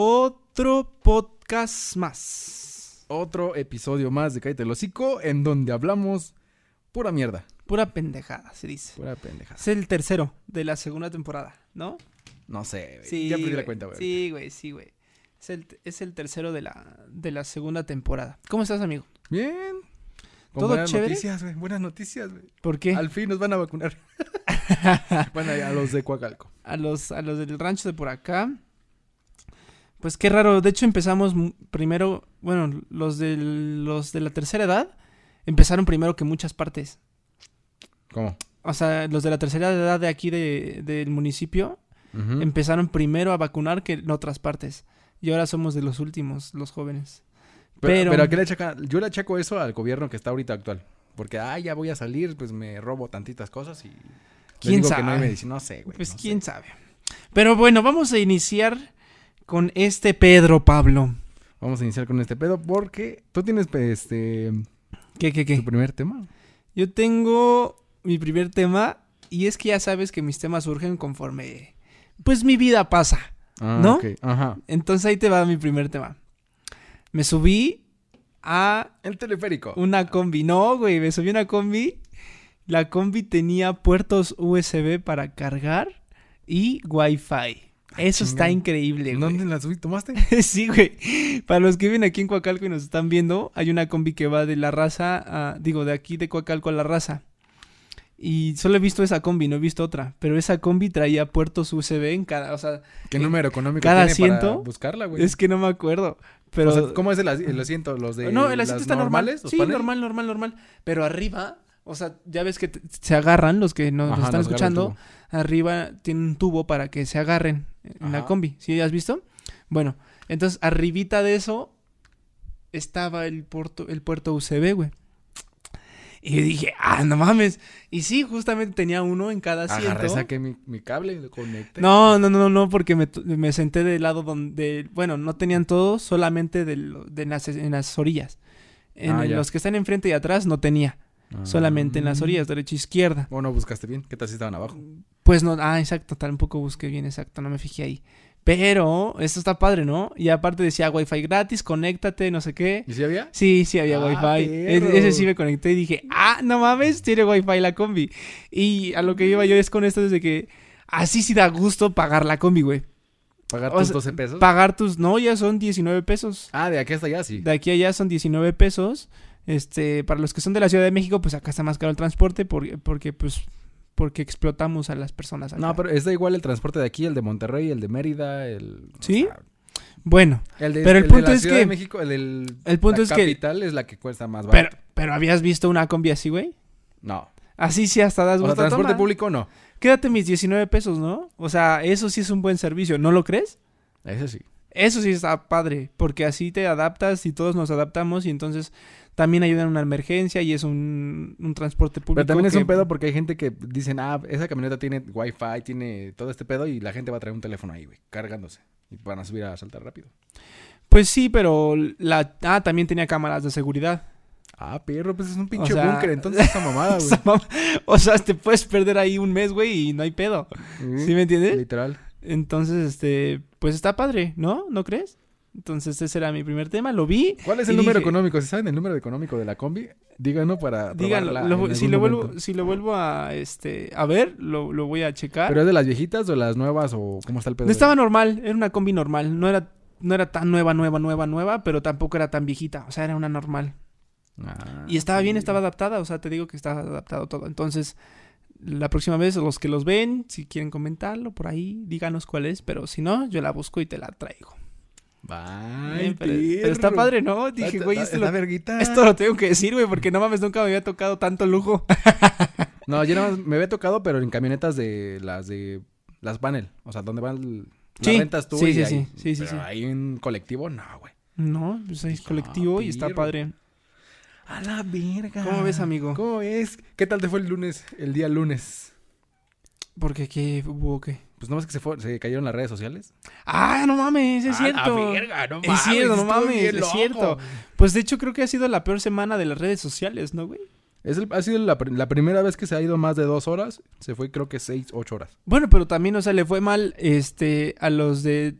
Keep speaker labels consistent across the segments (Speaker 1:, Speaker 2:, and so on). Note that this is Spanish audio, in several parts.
Speaker 1: otro podcast más.
Speaker 2: Otro episodio más de Cállate el Hocico en donde hablamos pura mierda.
Speaker 1: Pura pendejada, se dice.
Speaker 2: Pura pendeja.
Speaker 1: Es el tercero de la segunda temporada, ¿no?
Speaker 2: No sé, güey. ya perdí la
Speaker 1: güey.
Speaker 2: cuenta, güey.
Speaker 1: Sí, güey, sí, güey. Es el, es el tercero de la, de la segunda temporada. ¿Cómo estás, amigo?
Speaker 2: Bien.
Speaker 1: ¿Todo
Speaker 2: buenas
Speaker 1: chévere?
Speaker 2: noticias, güey. Buenas noticias, güey.
Speaker 1: ¿Por qué?
Speaker 2: Al fin nos van a vacunar. van a, a los de Coacalco.
Speaker 1: a los, a los del rancho de por acá. Pues qué raro, de hecho empezamos mu- primero, bueno, los de, los de la tercera edad empezaron primero que muchas partes.
Speaker 2: ¿Cómo?
Speaker 1: O sea, los de la tercera edad de aquí de- del municipio empezaron primero a vacunar que en otras partes. Y ahora somos de los últimos, los jóvenes.
Speaker 2: pero,
Speaker 1: pero-
Speaker 2: pero ¿a qué le achaca? Yo le achaco eso al gobierno que está ahorita actual. Porque, ah, ya voy a salir, pues me robo tantitas cosas y. le
Speaker 1: ¿Quién
Speaker 2: digo Que no, hay
Speaker 1: sabe?
Speaker 2: medicina. no sé, güey.
Speaker 1: Pues
Speaker 2: no sé.
Speaker 1: quién sabe. Pero bueno, vamos a iniciar con este Pedro Pablo.
Speaker 2: Vamos a iniciar con este pedo porque tú tienes pues, este
Speaker 1: ¿Qué, qué, qué?
Speaker 2: tu primer tema.
Speaker 1: Yo tengo mi primer tema y es que ya sabes que mis temas surgen conforme pues mi vida pasa.
Speaker 2: Ah,
Speaker 1: ¿No?
Speaker 2: ok, Ajá.
Speaker 1: Entonces ahí te va mi primer tema. Me subí a
Speaker 2: El teleférico.
Speaker 1: una combi. No, güey, me subí a una combi. La combi tenía puertos USB para cargar y
Speaker 2: Ah,
Speaker 1: Wi-Fi. Eso está
Speaker 2: chingada.
Speaker 1: increíble, güey.
Speaker 2: ¿Dónde la subí? ¿Tomaste?
Speaker 1: sí, güey. Para los que viven aquí en Coacalco y nos están viendo, hay una combi que va de la raza, a- digo, de aquí de Coacalco a la raza. Y solo he visto esa combi, no he visto otra. Pero esa combi traía puertos USB en cada. O sea,
Speaker 2: ¿Qué
Speaker 1: Eh,
Speaker 2: número económico
Speaker 1: cada
Speaker 2: tiene para
Speaker 1: asiento
Speaker 2: buscarla, güey?
Speaker 1: es que no me acuerdo. Pero.
Speaker 2: O sea, ¿Cómo es el, as- el asiento? ¿Los de
Speaker 1: no, el asiento
Speaker 2: este, las
Speaker 1: está normal.
Speaker 2: normales? ¿Los
Speaker 1: Sí,
Speaker 2: paneles?
Speaker 1: normal, normal, normal. Pero arriba, o sea, ya ves que te- se agarran los que nos, nos
Speaker 2: Ajá,
Speaker 1: están
Speaker 2: los agarra el
Speaker 1: escuchando.
Speaker 2: tubo.
Speaker 1: arriba tiene un tubo para que se agarren en la
Speaker 2: Ajá.
Speaker 1: combi. ¿Sí has visto? Bueno, entonces arribita de eso estaba el puerto, el puerto UCB, güey. Y yo dije, ah, no mames. Y sí, justamente tenía uno en cada asiento.
Speaker 2: Agarré, saqué mi, mi cable y lo conecté.
Speaker 1: No, no, no, no, porque me, tu- me senté del lado donde, bueno, no tenían todo, solamente del- de las, en las orillas. En
Speaker 2: Ah, ya.
Speaker 1: los que están enfrente y atrás no tenía,
Speaker 2: Ah.
Speaker 1: solamente en las orillas, derecha e izquierda.
Speaker 2: O no buscaste bien. ¿Qué tal si estaban abajo?
Speaker 1: Pues no, ah, exacto, tampoco busqué bien, exacto, no me fijé ahí. Pero esto está padre, ¿no? Y aparte decía Wi-Fi gratis, conéctate, no sé qué.
Speaker 2: ¿Y si había?
Speaker 1: Sí, sí había
Speaker 2: Ah,
Speaker 1: Wi-Fi. E-
Speaker 2: perro.
Speaker 1: Ese sí me conecté y dije, ah, no mames, tiene Wi-Fi la combi. Y a lo que iba yo es con esto desde que así sí da gusto pagar la combi, güey.
Speaker 2: ¿Pagar
Speaker 1: O
Speaker 2: tus
Speaker 1: sea,
Speaker 2: 12 pesos?
Speaker 1: Pagar tus, no, ya son 19 pesos.
Speaker 2: ah, de aquí hasta allá, sí.
Speaker 1: De aquí a allá son 19 pesos. Este, para los que son de la Ciudad de México, pues acá está más caro el transporte porque, porque pues, porque explotamos a las personas acá.
Speaker 2: No, pero está igual el transporte de aquí, el de Monterrey, el de Mérida, el... o
Speaker 1: ¿Sí?
Speaker 2: sea,
Speaker 1: Bueno,
Speaker 2: el de,
Speaker 1: Pero el
Speaker 2: de
Speaker 1: punto
Speaker 2: la
Speaker 1: es
Speaker 2: Ciudad
Speaker 1: que-
Speaker 2: de México, el del...
Speaker 1: el punto
Speaker 2: la
Speaker 1: es que-
Speaker 2: capital es la que cuesta más
Speaker 1: pero,
Speaker 2: barato.
Speaker 1: pero habías visto una combi así, güey.
Speaker 2: No.
Speaker 1: Así sí hasta das
Speaker 2: O sea,
Speaker 1: gusto.
Speaker 2: transporte
Speaker 1: Toma,
Speaker 2: público no.
Speaker 1: Quédate mis 19 pesos, ¿no? O sea, eso sí es un buen servicio, ¿no lo crees?
Speaker 2: Ese sí.
Speaker 1: Eso sí está padre, porque así te adaptas y todos nos adaptamos y entonces también ayudan en una emergencia y es un, un transporte público.
Speaker 2: Pero también es
Speaker 1: que-
Speaker 2: un pedo porque hay gente que dicen, ah, esa camioneta tiene wifi, tiene todo este pedo y la gente va a traer un teléfono ahí, güey, cargándose. Y van a subir a saltar rápido.
Speaker 1: Pues sí, pero la... Ah, también tenía cámaras de seguridad.
Speaker 2: Ah, perro, pues es un pinche
Speaker 1: O sea-
Speaker 2: búnker, entonces esa mamada,
Speaker 1: O sea,
Speaker 2: Ah, güey.
Speaker 1: mam- o sea, te puedes perder ahí un mes, güey, y no hay pedo. ¿Sí me entiendes?
Speaker 2: Literal.
Speaker 1: Entonces, este, pues está padre, ¿no? ¿No crees? Entonces, ese era mi primer tema, lo vi.
Speaker 2: ¿Cuál es el
Speaker 1: Y
Speaker 2: número
Speaker 1: dije-
Speaker 2: económico? Si saben el número económico de la combi, díganlo para
Speaker 1: Díganlo,
Speaker 2: probarla
Speaker 1: lo-
Speaker 2: en
Speaker 1: si
Speaker 2: algún
Speaker 1: lo vuelvo,
Speaker 2: momento.
Speaker 1: si lo vuelvo a este a ver, lo, lo voy a checar.
Speaker 2: ¿Pero es de las viejitas o las nuevas o cómo está el pedo?
Speaker 1: no estaba normal, era una combi normal, no era no era tan nueva, nueva, nueva, nueva, pero tampoco era tan viejita, o sea, era una normal.
Speaker 2: Ah,
Speaker 1: Y estaba bien,
Speaker 2: sí.
Speaker 1: estaba adaptada, o sea, te digo que estaba adaptado todo. Entonces, la próxima vez, los que los ven, si quieren comentarlo por ahí, díganos cuál es, pero si no, yo la busco y te la traigo.
Speaker 2: Ay,
Speaker 1: Eh, pero, pero está
Speaker 2: perro.
Speaker 1: padre, ¿no?
Speaker 2: Está-
Speaker 1: Dije,
Speaker 2: está-
Speaker 1: güey, esto
Speaker 2: está
Speaker 1: lo,
Speaker 2: verguita.
Speaker 1: esto lo tengo que decir, güey, porque no mames, nunca me había tocado tanto lujo.
Speaker 2: No, yo nada más me había tocado, pero en camionetas de las de las panel. O sea, donde van l- las
Speaker 1: Sí,
Speaker 2: rentas tú
Speaker 1: sí,
Speaker 2: y
Speaker 1: sí,
Speaker 2: ahí.
Speaker 1: sí, sí, sí,
Speaker 2: Pero
Speaker 1: sí.
Speaker 2: ahí en colectivo, no, güey.
Speaker 1: No, pues es
Speaker 2: Ah,
Speaker 1: colectivo y está
Speaker 2: perro.
Speaker 1: padre.
Speaker 2: A la verga.
Speaker 1: ¿Cómo ves, amigo?
Speaker 2: ¿Cómo ves? ¿Qué tal te fue el lunes, el día lunes?
Speaker 1: Porque qué hubo qué.
Speaker 2: Pues nomás que se, fue, se cayeron las redes sociales.
Speaker 1: Ah, no mames, es
Speaker 2: A la
Speaker 1: cierto.
Speaker 2: verga, no
Speaker 1: Es
Speaker 2: mames,
Speaker 1: cierto, no
Speaker 2: estuvo
Speaker 1: mames,
Speaker 2: bien
Speaker 1: es
Speaker 2: loco.
Speaker 1: cierto. Pues de hecho creo que ha sido la peor semana de las redes sociales, ¿no, güey?
Speaker 2: Es el- ha sido la, pr- la primera vez que se ha ido más de dos horas. Se fue creo que seis, ocho horas.
Speaker 1: Bueno, pero también, o sea, le fue mal este a los de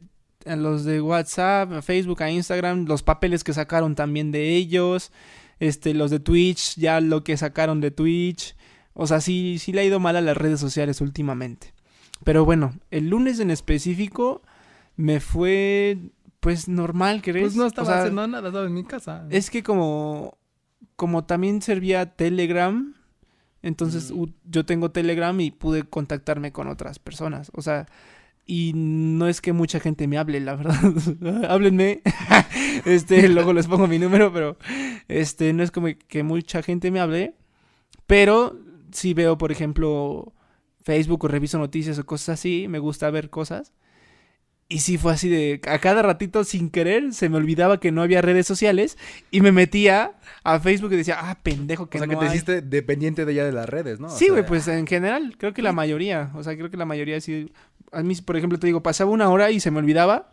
Speaker 1: a los de WhatsApp, a Facebook, a Instagram, los papeles que sacaron también de ellos, este, los de Twitch, ya lo que sacaron de Twitch. O sea, sí, sí le ha ido mal a las redes sociales últimamente. Pero bueno, el lunes en específico me fue pues normal, ¿crees?
Speaker 2: Pues no estaba
Speaker 1: O sea,
Speaker 2: haciendo nada, estaba en mi casa.
Speaker 1: Es que como, como también servía Telegram, entonces
Speaker 2: Mm.
Speaker 1: u- yo tengo Telegram y pude contactarme con otras personas. O sea, y no es que mucha gente me hable, la verdad. Háblenme. este, luego les pongo mi número, pero este, no es como que mucha gente me hable. Pero si veo, por ejemplo, Facebook o reviso noticias o cosas así, me gusta ver cosas. Y sí fue así de, a cada ratito sin querer se me olvidaba que no había redes sociales y me metía a Facebook y decía, ah, pendejo, que
Speaker 2: o sea,
Speaker 1: no
Speaker 2: que te
Speaker 1: hay".
Speaker 2: hiciste dependiente de ya de las redes, ¿no? O
Speaker 1: Sí,
Speaker 2: sea,
Speaker 1: güey, pues en general, creo que la mayoría, o sea, creo que la mayoría sí. A mí, por ejemplo, te digo, pasaba una hora y se me olvidaba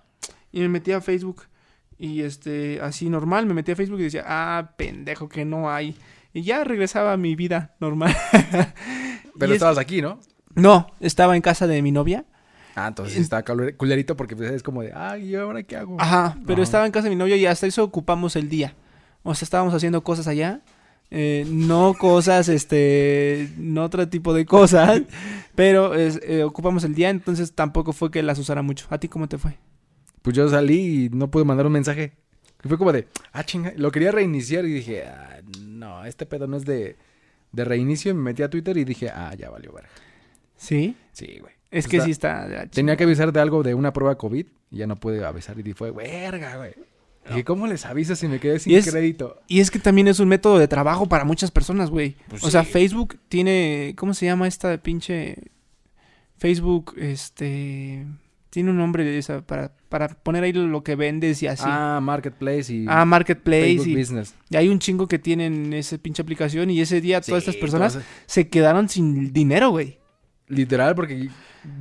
Speaker 1: y me metía a Facebook y este, así normal, me metía a Facebook y decía, ah, pendejo, que no hay. Y ya regresaba a mi vida normal. Y
Speaker 2: Pero
Speaker 1: es-
Speaker 2: estabas aquí, ¿no?
Speaker 1: No, estaba en casa de mi novia.
Speaker 2: Ah, entonces sí estaba calure- culerito porque pues, es como de, ay, ¿y ahora qué hago?
Speaker 1: Ajá, pero
Speaker 2: Ajá.
Speaker 1: estaba en casa de mi novia y hasta eso ocupamos el día. O sea, estábamos haciendo cosas allá. eh, no cosas, este, no otro tipo de cosas, pero es- eh, ocupamos el día, entonces tampoco fue que las usara mucho. ¿A ti cómo te fue?
Speaker 2: Pues yo salí y no pude mandar un mensaje. Y fue como de, ah, chinga. Lo quería reiniciar y dije, ah, no, este pedo no es de, de reinicio. Y me metí a Twitter y dije, ah, ya valió, verga.
Speaker 1: Sí,
Speaker 2: Sí, güey.
Speaker 1: es
Speaker 2: O
Speaker 1: que
Speaker 2: sea,
Speaker 1: sí está. de la chi-
Speaker 2: Tenía que avisar de algo de una prueba COVID y ya no pude avisar. Y di- fue, verga, güey. Dije, ¿cómo les aviso si me quedé sin
Speaker 1: Y es-
Speaker 2: crédito?
Speaker 1: Y es que también es un método de trabajo para muchas personas, güey.
Speaker 2: Pues
Speaker 1: o sea,
Speaker 2: sí.
Speaker 1: Facebook tiene, ¿cómo se llama esta de pinche? Facebook, este, tiene un nombre esa, para, para poner ahí lo que vendes y así.
Speaker 2: Ah, Marketplace y
Speaker 1: Ah, Marketplace
Speaker 2: Facebook
Speaker 1: y,
Speaker 2: Business.
Speaker 1: y hay un chingo que tienen esa pinche aplicación y ese día todas
Speaker 2: Sí,
Speaker 1: estas personas
Speaker 2: todas-
Speaker 1: se quedaron sin dinero, güey.
Speaker 2: Literal, porque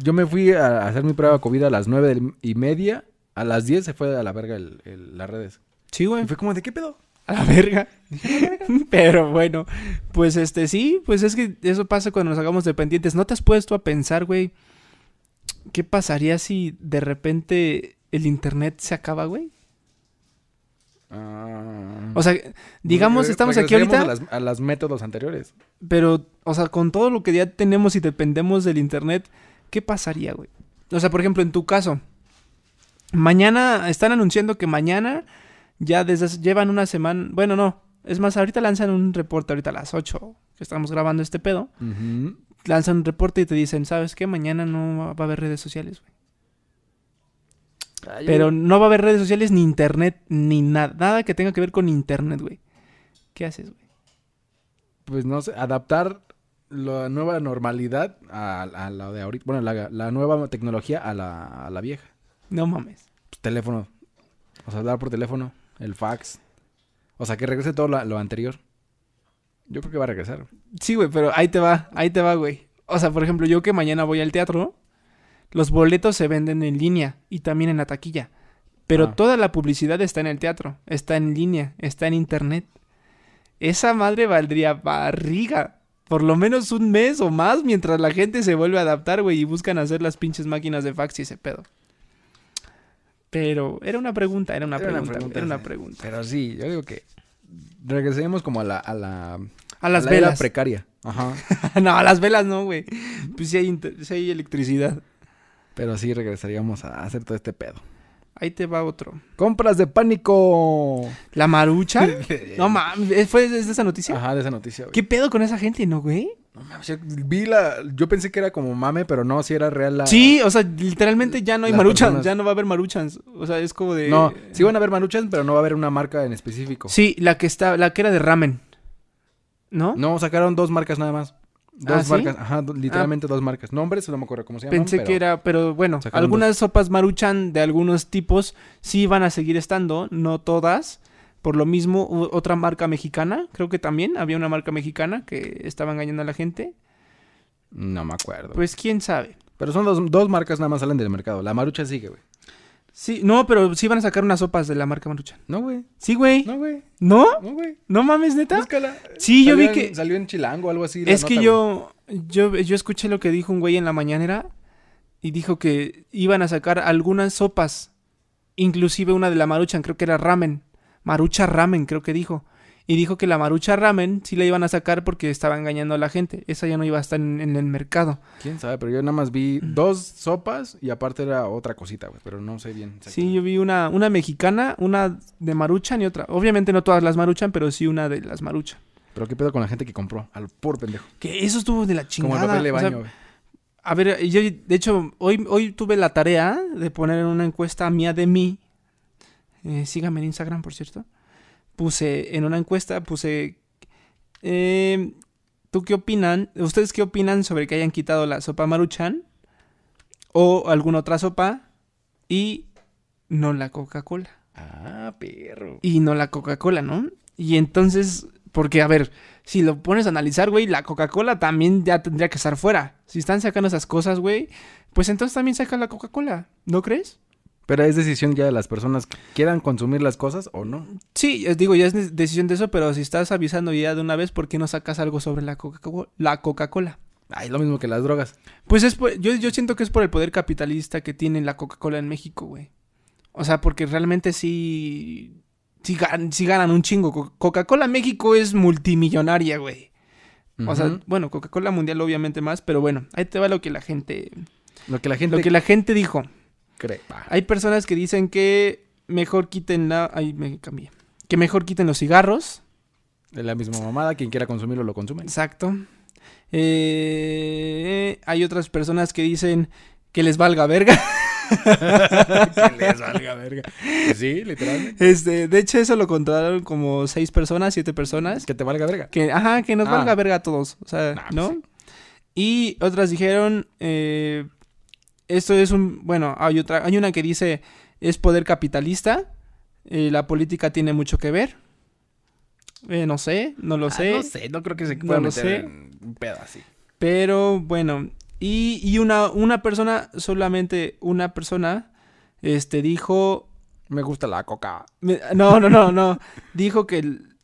Speaker 2: yo me fui a hacer mi prueba COVID a las nueve del- y media. A las 10 se fue a la verga el- el- las redes.
Speaker 1: Sí, güey.
Speaker 2: Y fue como, ¿de qué pedo?
Speaker 1: A la verga. Pero bueno, pues este sí, pues es que eso pasa cuando nos hagamos dependientes. ¿No te has puesto a pensar, güey? ¿Qué pasaría si de repente el internet se acaba, güey?
Speaker 2: Ah.
Speaker 1: O sea, digamos,
Speaker 2: Re-
Speaker 1: estamos aquí
Speaker 2: regresaríamos
Speaker 1: ahorita,
Speaker 2: A las, a las métodos anteriores.
Speaker 1: pero, o sea, con todo lo que ya tenemos y dependemos del internet, ¿qué pasaría, güey? O sea, por ejemplo, en tu caso, mañana, están anunciando que mañana ya desde hace- llevan una semana, bueno, no, es más, ahorita lanzan un reporte, ahorita a las 8 que estamos grabando este pedo, lanzan un reporte y te dicen, ¿sabes qué? Mañana no va- va a haber redes sociales, güey. Pero no va a haber redes sociales ni internet, ni nada, nada que tenga que ver con internet, güey. ¿Qué haces, güey?
Speaker 2: Pues no sé, adaptar la nueva normalidad a, a la de ahorita. Bueno, la, la nueva tecnología a la, a la vieja.
Speaker 1: No mames.
Speaker 2: Pues, teléfono. O sea, hablar por teléfono. El fax. O sea, que regrese todo la- lo, anterior. Yo creo que va a regresar.
Speaker 1: Sí, güey, pero ahí te va, ahí te va, güey. O sea, por ejemplo, yo que mañana voy al teatro, los boletos se venden en línea y también en la taquilla. Pero
Speaker 2: Ah.
Speaker 1: toda la publicidad está en el teatro, está en línea, está en internet. Esa madre valdría barriga. Por lo menos un mes o más mientras la gente se vuelve a adaptar, güey, y buscan hacer las pinches máquinas de fax y ese pedo. Pero era una pregunta, era una
Speaker 2: Era una
Speaker 1: pregunta, güey,
Speaker 2: pregunta,
Speaker 1: era una
Speaker 2: sí.
Speaker 1: pregunta.
Speaker 2: Pero sí, yo digo que regresemos como a la... A, la,
Speaker 1: A las
Speaker 2: a la era
Speaker 1: velas.
Speaker 2: precaria. Ajá.
Speaker 1: no, a las velas no, güey. Pues sí hay inter- sí hay electricidad.
Speaker 2: Pero sí regresaríamos a hacer todo este pedo.
Speaker 1: Ahí te va otro.
Speaker 2: Compras de pánico.
Speaker 1: ¿La
Speaker 2: ¿Ah?
Speaker 1: marucha? no mames, ¿eh, ¿fue desde esa noticia?
Speaker 2: Ajá, de esa noticia. güey.
Speaker 1: ¿Qué pedo con esa gente, no, güey?
Speaker 2: No mames, yo vi la. Yo pensé que era como mame, pero no, si era real la.
Speaker 1: Sí, o sea, literalmente ya no hay
Speaker 2: Ah, Las
Speaker 1: maruchans,
Speaker 2: personas-
Speaker 1: ya no va a haber maruchans. O sea, es como de.
Speaker 2: No, sí van a haber maruchas, pero no va a haber una marca en específico.
Speaker 1: Sí, la que está, la que era de ramen. ¿No?
Speaker 2: No, sacaron dos marcas nada más. Dos
Speaker 1: ¿Ah, sí?
Speaker 2: marcas, ajá, do- literalmente dos marcas. Nombres, no me acuerdo cómo se llaman.
Speaker 1: Pensé
Speaker 2: pero
Speaker 1: que era, pero bueno,
Speaker 2: sacaron
Speaker 1: algunas sopas maruchan de algunos tipos sí van a seguir estando, no todas. Por lo mismo, u- otra marca mexicana, creo que también había una marca mexicana que estaba engañando a la gente.
Speaker 2: No me acuerdo.
Speaker 1: Pues quién sabe.
Speaker 2: Pero son dos, dos marcas nada más salen del mercado. La marucha sigue, güey.
Speaker 1: Sí, no, pero sí van a sacar unas sopas de la marca maruchan.
Speaker 2: No, güey.
Speaker 1: Sí, güey.
Speaker 2: No, güey.
Speaker 1: ¿No?
Speaker 2: No, güey.
Speaker 1: ¿No mames, neta?
Speaker 2: Búscala.
Speaker 1: Sí, yo
Speaker 2: Salió
Speaker 1: vi
Speaker 2: en-
Speaker 1: que-
Speaker 2: Salió en Chilango o algo así. la
Speaker 1: Es que
Speaker 2: nota,
Speaker 1: yo, yo, yo escuché lo que dijo un güey en la mañanera y dijo que iban a sacar algunas sopas Inclusive una de la Maruchan, creo que era Ramen. Marucha Ramen, creo que dijo. Y dijo que la Marucha Ramen sí la iban a sacar porque estaba engañando a la gente. Esa ya no iba a estar en, en el mercado.
Speaker 2: ¿Quién sabe? Pero yo nada más vi
Speaker 1: Mm.
Speaker 2: dos sopas y aparte era otra cosita, güey. Pero no sé bien.
Speaker 1: Sí, yo vi una, una mexicana, una de Maruchan y otra. Obviamente no todas las Maruchan, pero sí una de las Maruchan.
Speaker 2: Pero qué pedo con la gente que compró. Al por pendejo.
Speaker 1: Que eso estuvo de la
Speaker 2: Como
Speaker 1: chingada.
Speaker 2: el papel de
Speaker 1: o sea,
Speaker 2: baño, güey.
Speaker 1: A ver, yo de hecho hoy, hoy tuve la tarea de poner en una encuesta mía de mí. Eh, síganme en Instagram, por cierto. Puse en una encuesta, puse... eh, ¿Tú qué opinan? ¿Ustedes qué opinan sobre que hayan quitado la sopa maruchan? ¿O alguna otra sopa? Y no la Coca-Cola.
Speaker 2: Ah, perro.
Speaker 1: Y no la Coca-Cola, ¿no? Y entonces, porque a ver, si lo pones a analizar, güey, la Coca-Cola también ya tendría que estar fuera. Si están sacando esas cosas, güey, pues entonces también saca la Coca-Cola, ¿no crees?
Speaker 2: Pero es decisión ya de las personas que quieran consumir las cosas o no.
Speaker 1: Sí, es- digo, ya es de- decisión de eso, pero si estás avisando ya de una vez, ¿por qué no sacas algo sobre la Coca-Cola? La Coca-Cola.
Speaker 2: Ah, es lo mismo que las drogas.
Speaker 1: Pues es por- yo, yo siento que es por el poder capitalista que tiene la Coca-Cola en México, güey. O sea, porque realmente sí, sí, gan- sí ganan un chingo. Co- Coca-Cola México es multimillonaria, güey. O sea,
Speaker 2: Ujú.
Speaker 1: bueno, Coca-Cola Mundial obviamente más, pero bueno, ahí te va lo que la gente,
Speaker 2: lo que la Ah. gente
Speaker 1: lo que la gente dijo.
Speaker 2: cree. Va.
Speaker 1: Hay personas que dicen que mejor quiten la, ahí me cambié, que mejor quiten los cigarros,
Speaker 2: De la misma mamada, quien quiera consumirlo lo consume.
Speaker 1: exacto. Eh, hay otras personas que dicen que les valga verga.
Speaker 2: que les valga verga. Pues sí, literalmente.
Speaker 1: Este, de hecho eso lo controlaron como seis personas, siete personas.
Speaker 2: Que te valga verga.
Speaker 1: Que, ajá, que nos
Speaker 2: Ah.
Speaker 1: valga verga a todos. O sea,
Speaker 2: Nah, pues
Speaker 1: ¿no?
Speaker 2: sí.
Speaker 1: Y otras dijeron, eh, esto es un, bueno, hay otra, hay una que dice, es poder capitalista, eh, la política tiene mucho que ver. Eh, no sé, no lo
Speaker 2: Ah,
Speaker 1: sé,
Speaker 2: no sé, no creo que se
Speaker 1: No
Speaker 2: pueda
Speaker 1: lo
Speaker 2: meter
Speaker 1: sé.
Speaker 2: en un pedo así.
Speaker 1: pero bueno. Y, y una, una persona, solamente una persona, este, dijo,
Speaker 2: Me gusta la coca.
Speaker 1: Me- No, no, no, no. Dijo que. el-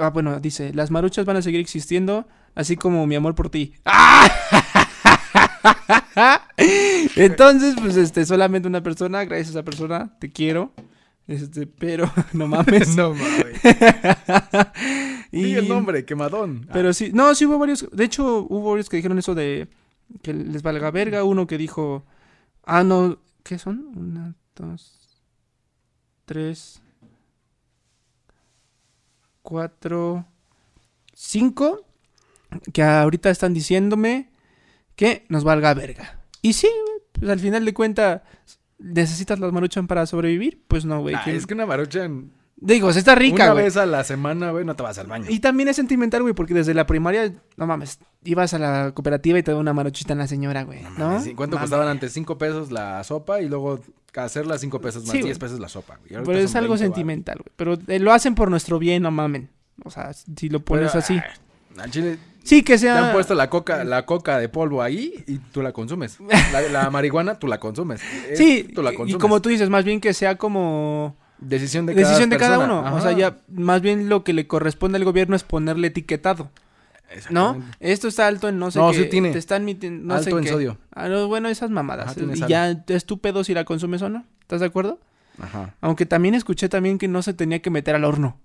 Speaker 1: Ah, bueno, dice: Las maruchas van a seguir existiendo, así como mi amor por ti. ¡Ah! Entonces, pues, este, solamente una persona, gracias a esa persona, te quiero. Este, pero, no mames.
Speaker 2: no mames.
Speaker 1: Y-
Speaker 2: Y el nombre, quemadón. Ah,
Speaker 1: Pero sí, no, sí hubo varios. De hecho, hubo varios que dijeron eso de que les valga verga. Uno que dijo, ah, no, ¿qué son? Una, dos, tres, cuatro, cinco. Que ahorita están diciéndome que nos valga verga. Y sí, güey, pues al final de cuentas, ¿necesitas las maruchan para sobrevivir? Pues no, güey.
Speaker 2: Ah,
Speaker 1: que-
Speaker 2: es que una maruchan
Speaker 1: Digo, sí está rica,
Speaker 2: una
Speaker 1: güey.
Speaker 2: vez a la semana, güey, no te vas al baño.
Speaker 1: Y también es sentimental, güey, porque desde la primaria, no mames, ibas a la cooperativa y te daba una maruchita en la señora, güey,
Speaker 2: No
Speaker 1: ¿no?
Speaker 2: mames, ¿sí? ¿Cuánto
Speaker 1: Mames.
Speaker 2: costaban antes? Cinco pesos la sopa y luego hacerla cinco pesos más,
Speaker 1: Sí,
Speaker 2: diez
Speaker 1: güey.
Speaker 2: pesos la sopa. güey. Ahorita
Speaker 1: Pero es
Speaker 2: son
Speaker 1: algo
Speaker 2: 20 baros.
Speaker 1: sentimental, güey. Pero eh, lo hacen por nuestro bien, no mamen. O sea, si lo pones
Speaker 2: Pero,
Speaker 1: así.
Speaker 2: ah, Al chile,
Speaker 1: Sí, que
Speaker 2: te
Speaker 1: sea...
Speaker 2: han puesto la coca, la coca de polvo ahí y tú la consumes. La, la marihuana, tú la consumes. Eh,
Speaker 1: Sí,
Speaker 2: tú la
Speaker 1: y- y
Speaker 2: consumes.
Speaker 1: como tú dices, más bien que sea como
Speaker 2: Decisión de cada
Speaker 1: decisión de cada
Speaker 2: persona.
Speaker 1: uno.
Speaker 2: Ajá.
Speaker 1: O sea, ya más bien lo que le corresponde al gobierno es ponerle etiquetado, ¿no?
Speaker 2: Exactamente.
Speaker 1: Esto está alto en no sé
Speaker 2: No,
Speaker 1: qué.
Speaker 2: sí tiene.
Speaker 1: Te están mitiendo, no sé
Speaker 2: Alto en
Speaker 1: qué.
Speaker 2: sodio.
Speaker 1: Ah, no, bueno, esas mamadas.
Speaker 2: Ajá, tiene
Speaker 1: y
Speaker 2: sal.
Speaker 1: ya es tu pedo si la consumes o no. ¿Estás de acuerdo?
Speaker 2: Ajá.
Speaker 1: Aunque también escuché también que no se tenía que meter al horno.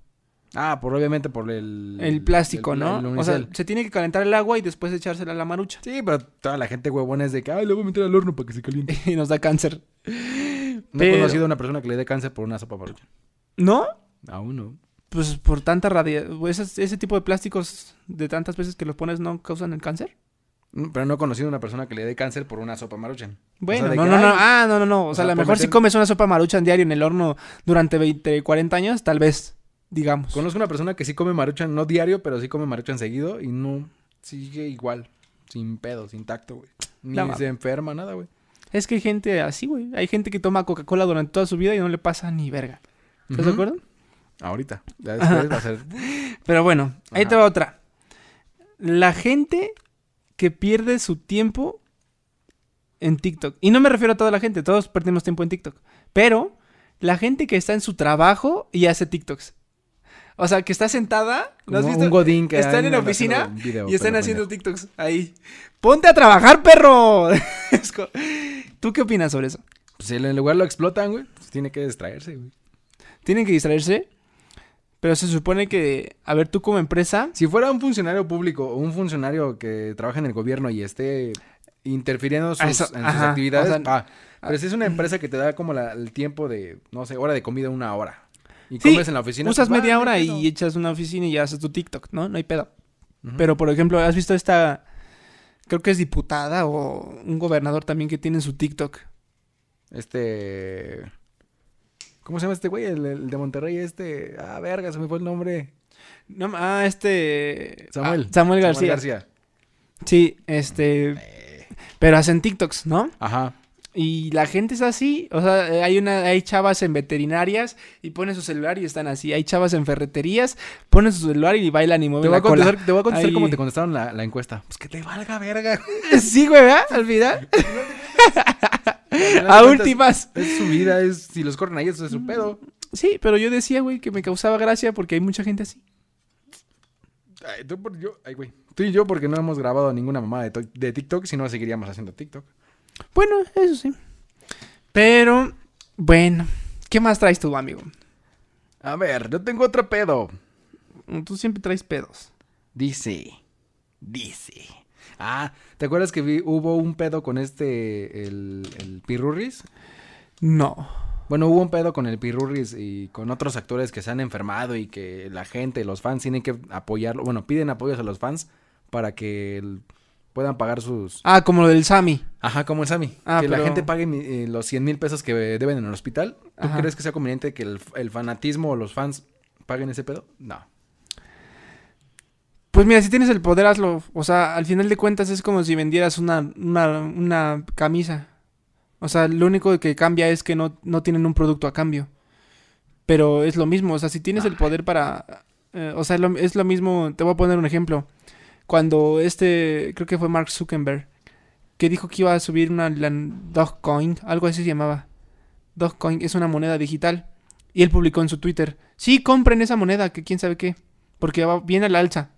Speaker 2: Ah, por obviamente por el...
Speaker 1: El plástico,
Speaker 2: el- el
Speaker 1: ¿no? o sea,
Speaker 2: unicel.
Speaker 1: se tiene que calentar el agua y después echársela a la marucha.
Speaker 2: Sí, pero toda la gente huevona es de que, ay, le voy a meter al horno para que se caliente.
Speaker 1: Y nos da cáncer.
Speaker 2: No he
Speaker 1: Eh, Pero-
Speaker 2: conocido a una persona que le dé cáncer por una sopa marucha.
Speaker 1: ¿No?
Speaker 2: Aún no.
Speaker 1: Pues por tanta radiación. Ese, ese tipo de plásticos de tantas veces que los pones no causan el cáncer.
Speaker 2: Mm, Pero no he conocido a una persona que le dé cáncer por una sopa maruchan.
Speaker 1: Bueno,
Speaker 2: de
Speaker 1: no,
Speaker 2: que,
Speaker 1: no, no.
Speaker 2: "Ay,
Speaker 1: Ah, no, no, no. O,
Speaker 2: o
Speaker 1: sea, a
Speaker 2: sea,
Speaker 1: lo
Speaker 2: por
Speaker 1: mejor si
Speaker 2: meter-
Speaker 1: comes una sopa maruchan diario en el horno durante 20, 40 años, tal vez, digamos.
Speaker 2: Conozco una persona que sí come maruchan, no diario, pero sí come maruchan seguido y no sigue igual. Sin pedo, sin tacto, güey. Ni
Speaker 1: No,
Speaker 2: se enferma, nada, güey.
Speaker 1: Es que hay gente así, güey. Hay gente que toma Coca-Cola durante toda su vida y no le pasa ni verga. ¿Estás de
Speaker 2: Ujú.
Speaker 1: acuerdo?
Speaker 2: Ahorita. Ya después va a ser.
Speaker 1: Pero bueno, ahí
Speaker 2: Ajá.
Speaker 1: te va otra. La gente que pierde su tiempo en TikTok. Y no me refiero a toda la gente, todos perdemos tiempo en TikTok. Pero la gente que está en su trabajo y hace TikToks. O sea, que está sentada, ¿no has
Speaker 2: como
Speaker 1: visto?
Speaker 2: un godín que
Speaker 1: están
Speaker 2: hay
Speaker 1: en la
Speaker 2: haciendo
Speaker 1: oficina
Speaker 2: un video,
Speaker 1: y están
Speaker 2: pero
Speaker 1: haciendo TikToks ahí. ¡Ponte a trabajar, perro! Es co- ¿Tú qué opinas sobre eso?
Speaker 2: pendejo. Pues en el lugar lo explotan, güey. Pues tiene que distraerse, güey.
Speaker 1: Tienen que distraerse. Pero se supone que, a ver, tú como empresa,
Speaker 2: Si fuera un funcionario público o un funcionario que trabaja en el gobierno y esté interfiriendo sus-
Speaker 1: Eso,
Speaker 2: en sus
Speaker 1: ajá,
Speaker 2: actividades,
Speaker 1: o sea,
Speaker 2: pa. pero si es una empresa que te da como la- el tiempo de, no sé, hora de comida, una hora. Y
Speaker 1: Sí,
Speaker 2: comes en la oficina.
Speaker 1: usas
Speaker 2: pues, va,
Speaker 1: media
Speaker 2: no hay
Speaker 1: hora
Speaker 2: pedo.
Speaker 1: y echas una oficina y ya haces tu TikTok, ¿no? No hay pedo.
Speaker 2: Ujú.
Speaker 1: Pero, por ejemplo, ¿has visto esta? Creo que es diputada o un gobernador también que tiene su TikTok.
Speaker 2: Este. ¿Cómo se llama este güey? El, el de Monterrey, este. Ah, verga, se me fue el nombre.
Speaker 1: No, ma- ah, este...
Speaker 2: Samuel.
Speaker 1: ah, Samuel García. Sí, este...
Speaker 2: Eh,
Speaker 1: Pero hacen TikToks, ¿no?
Speaker 2: Ajá.
Speaker 1: Y la gente es así. O sea, eh, hay una, hay chavas en veterinarias y ponen su celular y están así. Hay chavas en ferreterías, ponen su celular y bailan y
Speaker 2: Te
Speaker 1: mueven
Speaker 2: voy, a
Speaker 1: la cola.
Speaker 2: contestar, te voy a contestar
Speaker 1: Ahí.
Speaker 2: como te contestaron la, la encuesta. Pues que te valga verga. güey.
Speaker 1: Sí, güey, ¿verdad? Al final.
Speaker 2: Al final de
Speaker 1: A
Speaker 2: cuentas,
Speaker 1: últimas.
Speaker 2: Es su vida, es si los corren a ellos, es su pedo.
Speaker 1: Sí, pero yo decía, güey, que me causaba gracia porque hay mucha gente así.
Speaker 2: Ay, tú, por- yo- ay, güey. Tú y yo, porque no hemos grabado ninguna mamada de, to- de TikTok, si no seguiríamos haciendo TikTok.
Speaker 1: Bueno, eso sí. Pero, bueno, ¿qué más traes tú, amigo?
Speaker 2: A ver, yo tengo otro pedo.
Speaker 1: Tú siempre traes pedos.
Speaker 2: Dice. Dice. Ah, ¿te acuerdas que vi- hubo un pedo con este, el, el Pirurris?
Speaker 1: No.
Speaker 2: Bueno, hubo un pedo con el Pirurris y con otros actores que se han enfermado y que la gente, los fans tienen que apoyarlo. Bueno, piden apoyos a los fans para que el- puedan pagar sus...
Speaker 1: Ah, como lo del Sammy.
Speaker 2: Ajá, como el Sammy.
Speaker 1: Ah,
Speaker 2: que la
Speaker 1: pero-
Speaker 2: gente pague mi- eh, los 100 mil pesos que deben en el hospital. ¿Tú
Speaker 1: Ajá.
Speaker 2: crees que sea conveniente que el, el fanatismo o los fans paguen ese pedo? No.
Speaker 1: Pues mira, si tienes el poder, hazlo. O sea, al final de cuentas es como si vendieras una, una, una camisa. O sea, lo único que cambia es que no, no tienen un producto a cambio. Pero es lo mismo. O sea, si tienes el poder para... eh, o sea, es lo, es lo mismo... Te voy a poner un ejemplo. Cuando este... Creo que fue Mark Zuckerberg. Que dijo que iba a subir una la- Dogecoin. Algo así se llamaba. Dogecoin es una moneda digital. Y él publicó en su Twitter. Sí, compren esa moneda. Que quién sabe qué. Porque va, viene a la alza.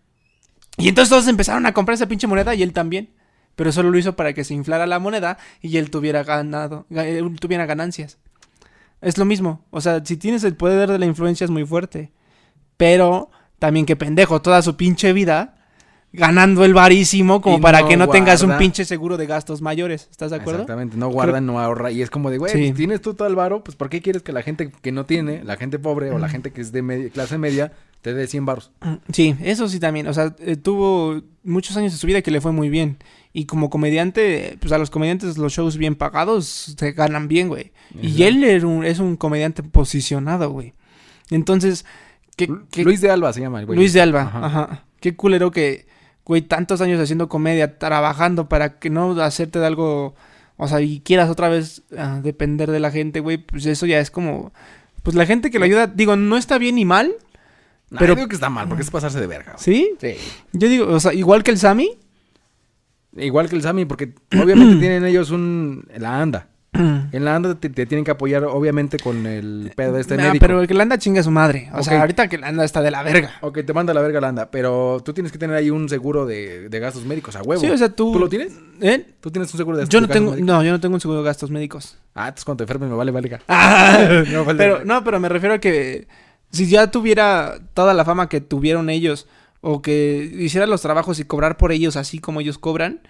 Speaker 1: Y entonces todos empezaron a comprar esa pinche moneda y él también. Pero solo lo hizo para que se inflara la moneda y él tuviera ganado, ga- él tuviera ganancias. Es lo mismo. O sea, si tienes el poder de la influencia es muy fuerte. Pero también que pendejo, toda su pinche vida ganando el varísimo como
Speaker 2: Y
Speaker 1: para
Speaker 2: no
Speaker 1: que no tengas un
Speaker 2: guarda.
Speaker 1: pinche seguro de gastos mayores. ¿Estás de acuerdo?
Speaker 2: Exactamente, no guardan, no ahorra. Y es como de, güey,
Speaker 1: Sí.
Speaker 2: pues, tienes tú todo el varo, pues ¿por qué quieres que la gente que no tiene, la gente pobre o la gente que es de media- clase media, te dé 100 varos?
Speaker 1: Sí, eso sí también. O sea, eh, tuvo muchos años de su vida que le fue muy bien. Y como comediante, pues a los comediantes los shows bien pagados se ganan bien, güey. Y
Speaker 2: Ajá.
Speaker 1: él era un- es un comediante posicionado, güey. Entonces, ¿qué, qué-
Speaker 2: Luis de Alba se llama el güey.
Speaker 1: Luis de Alba,
Speaker 2: Ajá.
Speaker 1: ajá. Qué culero que, güey, tantos años haciendo comedia, trabajando para que no hacerte de algo, o sea, y quieras otra vez ah, depender de la gente, güey, pues eso ya es como... Pues la gente que lo ayuda, digo, no está bien ni mal,
Speaker 2: No,
Speaker 1: pero-
Speaker 2: yo digo que está mal, porque es pasarse de verga. güey.
Speaker 1: ¿sí? Yo digo, o sea, igual que el Sammy,
Speaker 2: Igual que el Sammy, porque obviamente tienen ellos un... La anda. En la anda te, te tienen que apoyar, obviamente, con el pedo de este
Speaker 1: Ah,
Speaker 2: médico.
Speaker 1: pero el que la anda chinga a su madre. O
Speaker 2: Ok.
Speaker 1: sea, ahorita que la anda está de la verga.
Speaker 2: Ok, te manda a la verga la anda, pero tú tienes que tener ahí un seguro de, de gastos médicos a huevo.
Speaker 1: Sí, o sea, tú-
Speaker 2: ¿Tú lo tienes?
Speaker 1: ¿Eh?
Speaker 2: ¿Tú tienes un seguro de
Speaker 1: Yo no
Speaker 2: gastos
Speaker 1: tengo,
Speaker 2: médicos?
Speaker 1: no, yo no tengo un seguro de gastos médicos.
Speaker 2: Ah, entonces cuando te enfermes me vale verga. Ah, No, vale
Speaker 1: pero,
Speaker 2: verga.
Speaker 1: no, pero me refiero a que si ya tuviera toda la fama que tuvieron ellos o que hiciera los trabajos y cobrar por ellos así como ellos cobran,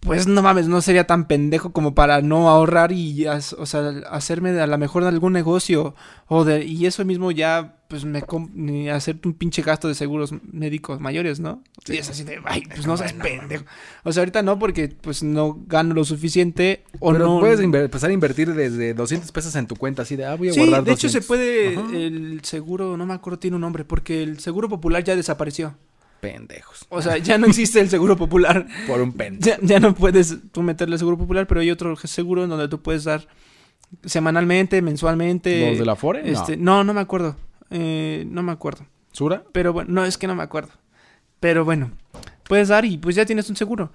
Speaker 1: pues no mames, no sería tan pendejo como para no ahorrar y, as- o sea, hacerme de- a lo mejor de algún negocio o de, y eso mismo ya, pues me, com- ni hacerte un pinche gasto de seguros médicos mayores, ¿no? Y es así de, ay, pues no seas pendejo. O sea, ahorita no porque pues no gano lo suficiente o
Speaker 2: pero
Speaker 1: no...
Speaker 2: puedes inver- empezar a invertir desde 200 pesos en tu cuenta, así de, ah, voy a
Speaker 1: Sí, de
Speaker 2: guardar
Speaker 1: hecho se
Speaker 2: 200.
Speaker 1: puede
Speaker 2: Ajá.
Speaker 1: el seguro, no me acuerdo tiene un nombre, porque el seguro popular ya desapareció.
Speaker 2: Pendejos.
Speaker 1: O sea, ya no existe el seguro popular.
Speaker 2: Por un pendejo.
Speaker 1: Ya, ya no puedes tú meterle seguro popular, pero hay otro seguro en donde tú puedes dar semanalmente, mensualmente.
Speaker 2: ¿Los de la Fore?
Speaker 1: este,
Speaker 2: No.
Speaker 1: no. no, me acuerdo. Eh, no me acuerdo.
Speaker 2: ¿Sura?
Speaker 1: Pero bueno, no, es que no me acuerdo. Pero bueno, puedes dar y pues ya tienes un seguro.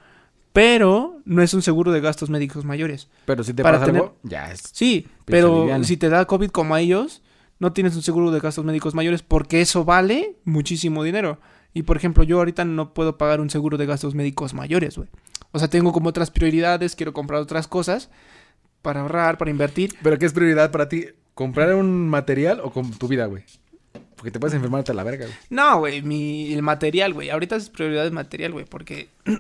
Speaker 1: Pero no es un seguro de gastos médicos mayores.
Speaker 2: Pero si te
Speaker 1: Para
Speaker 2: pasa
Speaker 1: tener-
Speaker 2: algo, ya es.
Speaker 1: Sí, pero
Speaker 2: liviano.
Speaker 1: si te da COVID como a ellos, no tienes un seguro de gastos médicos mayores porque eso vale muchísimo dinero. Y por ejemplo, yo ahorita no puedo pagar un seguro de gastos médicos mayores, güey. O sea, tengo como otras prioridades, quiero comprar otras cosas, para ahorrar, para invertir.
Speaker 2: Pero ¿qué es prioridad para ti? ¿Comprar un material o con tu vida, güey? Porque te puedes enfermarte a la verga, güey.
Speaker 1: No, güey, mi, el material, güey. Ahorita es prioridad el material, güey, porque...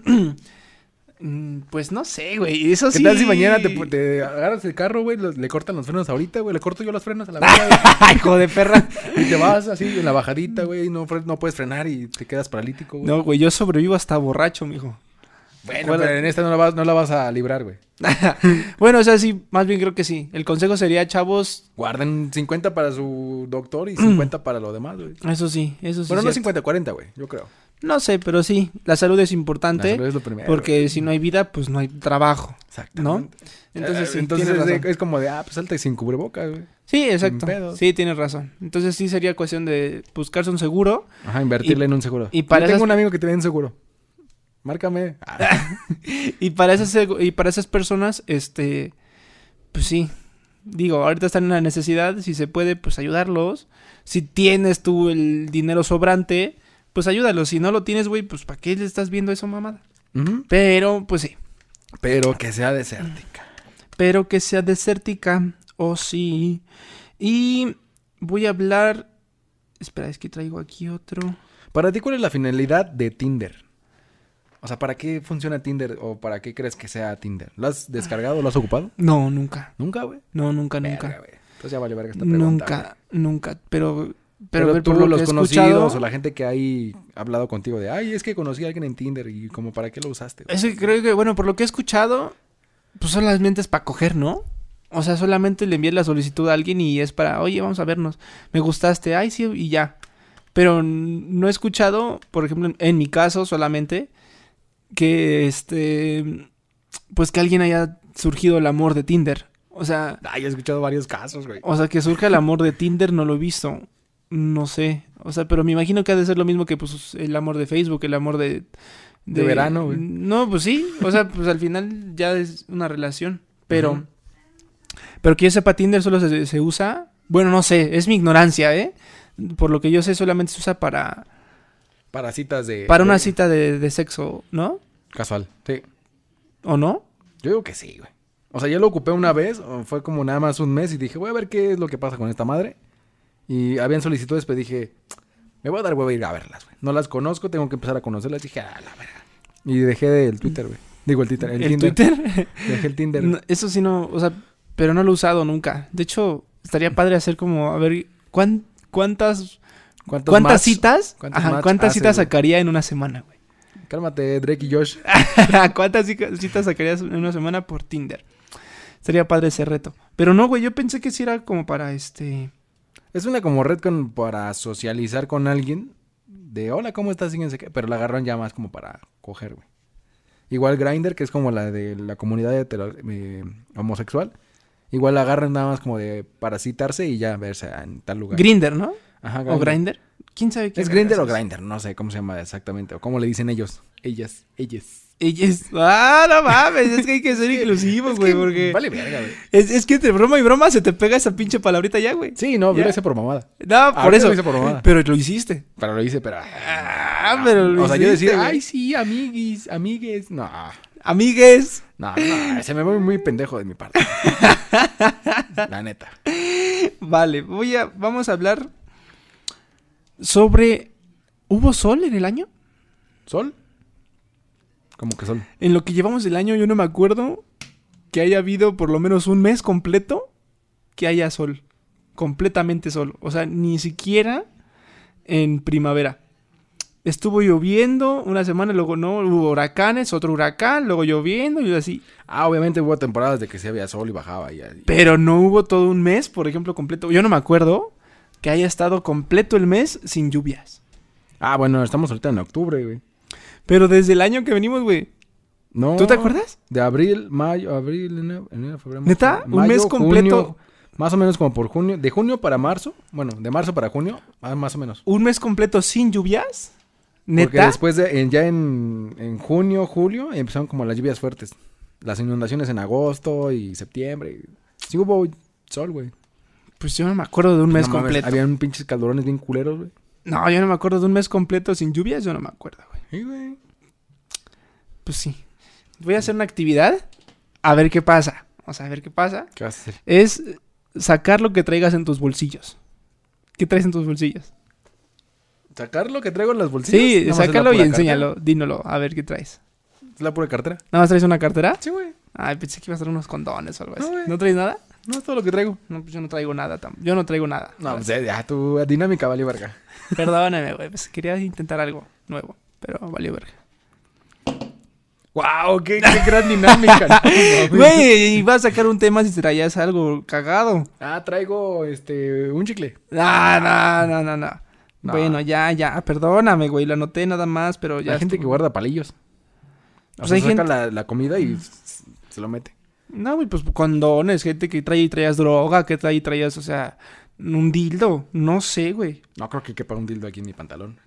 Speaker 1: mm, pues no sé, güey. Eso
Speaker 2: ¿Qué
Speaker 1: sí...
Speaker 2: tal si mañana te, pu- te agarras el carro, güey? los- Le cortan los frenos ahorita, güey. Le corto yo los frenos a la verga, güey.
Speaker 1: Hijo de perra.
Speaker 2: Y te vas así en la bajadita, güey, y no, fre- no puedes frenar y te quedas paralítico, güey.
Speaker 1: No, güey, yo sobrevivo hasta borracho, mijo.
Speaker 2: bueno, pero en esta no la vas, no la vas a librar, güey.
Speaker 1: bueno, o sea, sí, más bien creo que sí. El consejo sería, chavos,
Speaker 2: Guarden 50 para su doctor y 50 para lo demás, güey.
Speaker 1: eso sí, eso sí.
Speaker 2: Bueno, no
Speaker 1: cierto.
Speaker 2: 50, 40, güey, yo creo.
Speaker 1: No sé, pero sí, la salud es
Speaker 2: La
Speaker 1: importante.
Speaker 2: salud es lo primero.
Speaker 1: porque si no hay vida, pues no hay trabajo.
Speaker 2: Exactamente.
Speaker 1: Entonces,
Speaker 2: Eh,
Speaker 1: sí,
Speaker 2: entonces
Speaker 1: tienes
Speaker 2: es, de-
Speaker 1: razón.
Speaker 2: es como de, ah, pues salte sin cubrebocas, güey.
Speaker 1: Sí, exacto.
Speaker 2: pedos.
Speaker 1: Sí, tienes razón. Entonces sí sería cuestión de buscarse un seguro.
Speaker 2: Ajá, invertirle
Speaker 1: Y-
Speaker 2: en un seguro.
Speaker 1: y
Speaker 2: Yo
Speaker 1: para
Speaker 2: tengo
Speaker 1: esas-
Speaker 2: un amigo que te vende un seguro. Márcame. Ah,
Speaker 1: Y para esas, segu- y para esas personas, este, pues sí. Digo, ahorita están en la necesidad, si se puede, pues ayudarlos. Si tienes tú el dinero sobrante, pues ayúdalos. Si no lo tienes, güey, pues ¿para qué le estás viendo eso, mamada?
Speaker 2: ujú.
Speaker 1: Pero, pues sí.
Speaker 2: Pero que sea desértica.
Speaker 1: pero que sea desértica. Oh, sí. Y voy a hablar. Espera, es que traigo aquí otro.
Speaker 2: Para ti, ¿cuál es la finalidad de Tinder? O sea, ¿para qué funciona Tinder o para qué crees que sea Tinder? ¿Lo has descargado? ¿Lo has ocupado?
Speaker 1: No, nunca.
Speaker 2: Nunca, güey.
Speaker 1: No, nunca,
Speaker 2: Verga,
Speaker 1: nunca.
Speaker 2: güey. Entonces ya vale verga esta pregunta. güey.
Speaker 1: Nunca, nunca. Pero, pero,
Speaker 2: Pero,
Speaker 1: a ver,
Speaker 2: tú,
Speaker 1: por lo que
Speaker 2: los
Speaker 1: he
Speaker 2: conocidos
Speaker 1: escuchado-
Speaker 2: o la gente que hay hablado contigo de, ay, es que conocí a alguien en Tinder y como, ¿para qué lo usaste? este, güey?"
Speaker 1: Eso creo que, bueno, por lo que he escuchado, pues solamente es para coger, ¿no? O sea, solamente le envié la solicitud a alguien y es para, oye, vamos a vernos. Me gustaste, ay, sí, y ya. Pero n- no he escuchado, por ejemplo, en- en mi caso solamente, que este. Pues que alguien haya surgido el amor de Tinder. O sea,
Speaker 2: Ay, he escuchado varios casos, güey.
Speaker 1: o sea, que surja el amor de Tinder no lo he visto. No sé. O sea, pero me imagino que ha de ser lo mismo que pues el amor de Facebook, el amor de...
Speaker 2: De verano, güey.
Speaker 1: No, pues sí. O sea, pues al final ya es una relación. Pero...
Speaker 2: Ujú.
Speaker 1: Pero que yo sepa, Tinder solo se, se usa... Bueno, no sé. Es mi ignorancia, ¿eh? Por lo que yo sé, solamente se usa para...
Speaker 2: Para citas de...
Speaker 1: Para una
Speaker 2: de-
Speaker 1: cita de, de sexo, ¿no?
Speaker 2: Casual, sí.
Speaker 1: ¿O no?
Speaker 2: Yo digo que sí, güey. O sea, yo lo ocupé una vez, o fue como nada más un mes y dije, voy a ver qué es lo que pasa con esta madre. Y habían solicitudes, pero dije, me voy a dar huevo a ir a verlas, güey. No las conozco, tengo que empezar a conocerlas. Dije, ah, la verga. Y dejé el Twitter, güey. Digo, el Twitter, el,
Speaker 1: ¿El,
Speaker 2: Tinder.
Speaker 1: Twitter?
Speaker 2: Dejé el Tinder.
Speaker 1: No, eso sí no, o sea, pero no lo he usado nunca. De hecho,
Speaker 2: Mm.
Speaker 1: estaría padre hacer como, a ver, ¿cuán- ¿cuántas,
Speaker 2: ¿Cuántos
Speaker 1: cuántas
Speaker 2: match?
Speaker 1: citas?
Speaker 2: ¿Cuántos
Speaker 1: Ajá,
Speaker 2: match
Speaker 1: ¿Cuántas
Speaker 2: hace,
Speaker 1: citas
Speaker 2: Ah, güey?
Speaker 1: sacaría en una semana, güey?
Speaker 2: Cálmate, Drake y Josh.
Speaker 1: ¿Cuántas cica- citas sacarías en una semana por Tinder? Sería padre ese reto. Pero no, güey, yo pensé que sí era como para este...
Speaker 2: Es una como red con, para socializar con alguien. De hola, ¿cómo estás? Síguense que. Pero la agarran ya más como para coger, güey. Igual Grinder, que es como la de la comunidad hetero- eh, homosexual. Igual la agarran nada más como de para citarse y ya verse en tal lugar.
Speaker 1: Grinder, ¿no?
Speaker 2: Ajá,
Speaker 1: ¿O
Speaker 2: Ah, Grindr.
Speaker 1: Grinder? ¿Quién sabe qué
Speaker 2: ¿Es Grinder o Grinder? No sé cómo se llama exactamente. O cómo le dicen ellos. Ellas. Ellas.
Speaker 1: Ellas... Ah, no mames, es que hay que ser inclusivos, güey,
Speaker 2: que
Speaker 1: porque...
Speaker 2: Vale verga, güey.
Speaker 1: Es, es que entre broma y broma se te pega esa pinche palabrita ya, güey.
Speaker 2: Sí, no, yo
Speaker 1: Ya.
Speaker 2: lo hice por mamada.
Speaker 1: No, por
Speaker 2: Ahorita
Speaker 1: eso.
Speaker 2: lo hice por mamada.
Speaker 1: Pero lo hiciste.
Speaker 2: Pero lo hice, pero.
Speaker 1: Ah, pero lo
Speaker 2: o sea, yo
Speaker 1: hiciste,
Speaker 2: decía,
Speaker 1: güey.
Speaker 2: ay, sí, amiguis, amigues. No.
Speaker 1: Amigues.
Speaker 2: No, no, se me ve muy pendejo de mi parte. La neta.
Speaker 1: Vale, voy a. Vamos a hablar sobre. ¿Hubo sol en el año?
Speaker 2: ¿Sol? ¿Cómo que sol?
Speaker 1: En lo que llevamos el año, yo no me acuerdo que haya habido por lo menos un mes completo que haya sol. Completamente sol. O sea, ni siquiera en primavera. Estuvo lloviendo una semana, luego no, hubo huracanes, otro huracán, luego lloviendo y así.
Speaker 2: Ah, obviamente hubo temporadas de que sí había sol y bajaba. Y, y-
Speaker 1: Pero no hubo todo un mes, por ejemplo, completo. Yo no me acuerdo que haya estado completo el mes sin lluvias.
Speaker 2: Ah, bueno, estamos ahorita en octubre, güey.
Speaker 1: Pero desde el año que venimos, güey.
Speaker 2: No.
Speaker 1: ¿Tú te acuerdas?
Speaker 2: De abril, mayo, abril, enero, enero, febrero. marzo,
Speaker 1: ¿Neta? ¿Un mes
Speaker 2: junio,
Speaker 1: completo?
Speaker 2: más o menos como por junio. De junio para marzo. Bueno, de marzo para junio, ah, más o menos.
Speaker 1: ¿Un mes completo sin lluvias?
Speaker 2: Porque
Speaker 1: ¿Neta?
Speaker 2: después de, en- ya en, en junio, julio, empezaron como las lluvias fuertes. Las inundaciones en agosto y septiembre. Sí hubo sol, güey.
Speaker 1: Pues yo no me acuerdo de un mes
Speaker 2: No mames,
Speaker 1: completo.
Speaker 2: Habían pinches caldurones bien culeros, güey.
Speaker 1: No, yo no me acuerdo de un mes completo sin lluvias, yo no me acuerdo, güey.
Speaker 2: Sí, güey.
Speaker 1: Pues sí. Voy a hacer una actividad a ver qué pasa. o sea, a ver qué pasa,
Speaker 2: ¿Qué vas a hacer?
Speaker 1: es sacar lo que traigas en tus bolsillos. ¿Qué traes en tus bolsillos?
Speaker 2: ¿Sacar lo que traigo en las bolsillas?
Speaker 1: Sí,
Speaker 2: Nada más es la
Speaker 1: sácalo y
Speaker 2: pura
Speaker 1: enséñalo, dínoslo, a ver qué traes.
Speaker 2: cartera. ¿Es la pura cartera?
Speaker 1: ¿Nada más traes una cartera?
Speaker 2: Sí, güey.
Speaker 1: Ay, pensé que ibas a traer unos condones o algo
Speaker 2: No,
Speaker 1: así.
Speaker 2: güey.
Speaker 1: ¿No traes nada?
Speaker 2: No es todo lo que traigo.
Speaker 1: No, pues yo no traigo nada. tam- Yo no traigo nada.
Speaker 2: No,
Speaker 1: Ahora
Speaker 2: pues ya, ya, tu dinámica vale verga.
Speaker 1: sí. Perdóname, güey. Pues quería intentar algo nuevo, pero valió verga.
Speaker 2: ¡Wow! ¡Qué, qué gran dinámica! No, mames.
Speaker 1: Güey, iba a sacar un tema si traías algo cagado.
Speaker 2: Ah, traigo este un chicle.
Speaker 1: No, no, no, no, no.
Speaker 2: Ah. No.
Speaker 1: Bueno, ya, ya. Perdóname, güey. Lo anoté nada más, pero Pues ya.
Speaker 2: hay gente
Speaker 1: estuvo.
Speaker 2: que guarda palillos. O
Speaker 1: Pues
Speaker 2: sea,
Speaker 1: hay
Speaker 2: saca
Speaker 1: gente- Mm.
Speaker 2: la, la comida y s- se lo mete.
Speaker 1: No, güey, pues condones, gente que trae y traías droga, que trae y traías, o sea, un dildo. No sé, güey.
Speaker 2: No creo que quepa un dildo aquí en mi pantalón.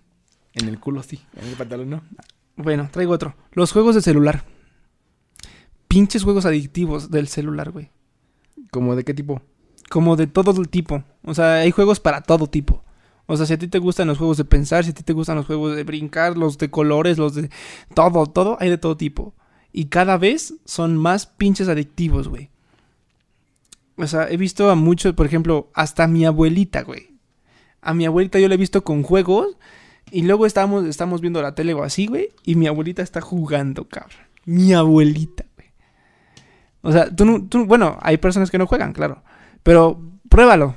Speaker 2: En el culo sí, en el pantalón no.
Speaker 1: Bueno, traigo otro. Los juegos de celular. Pinches juegos adictivos del celular, güey.
Speaker 2: ¿Cómo de qué tipo?
Speaker 1: Como de todo el tipo. O sea, hay juegos para todo tipo. O sea, si a ti te gustan los juegos de pensar, si a ti te gustan los juegos de brincar, los de colores, los de todo, todo, hay de todo tipo. Y cada vez son más pinches adictivos, güey. O sea, he visto a muchos, por ejemplo, hasta a mi abuelita, güey. A mi abuelita yo la he visto con juegos y luego estamos, estamos viendo la tele o así, güey, y mi abuelita está jugando, cabrón. Mi abuelita, güey. O sea, tú no, tú, bueno, hay personas que no juegan, claro. Pero pruébalo.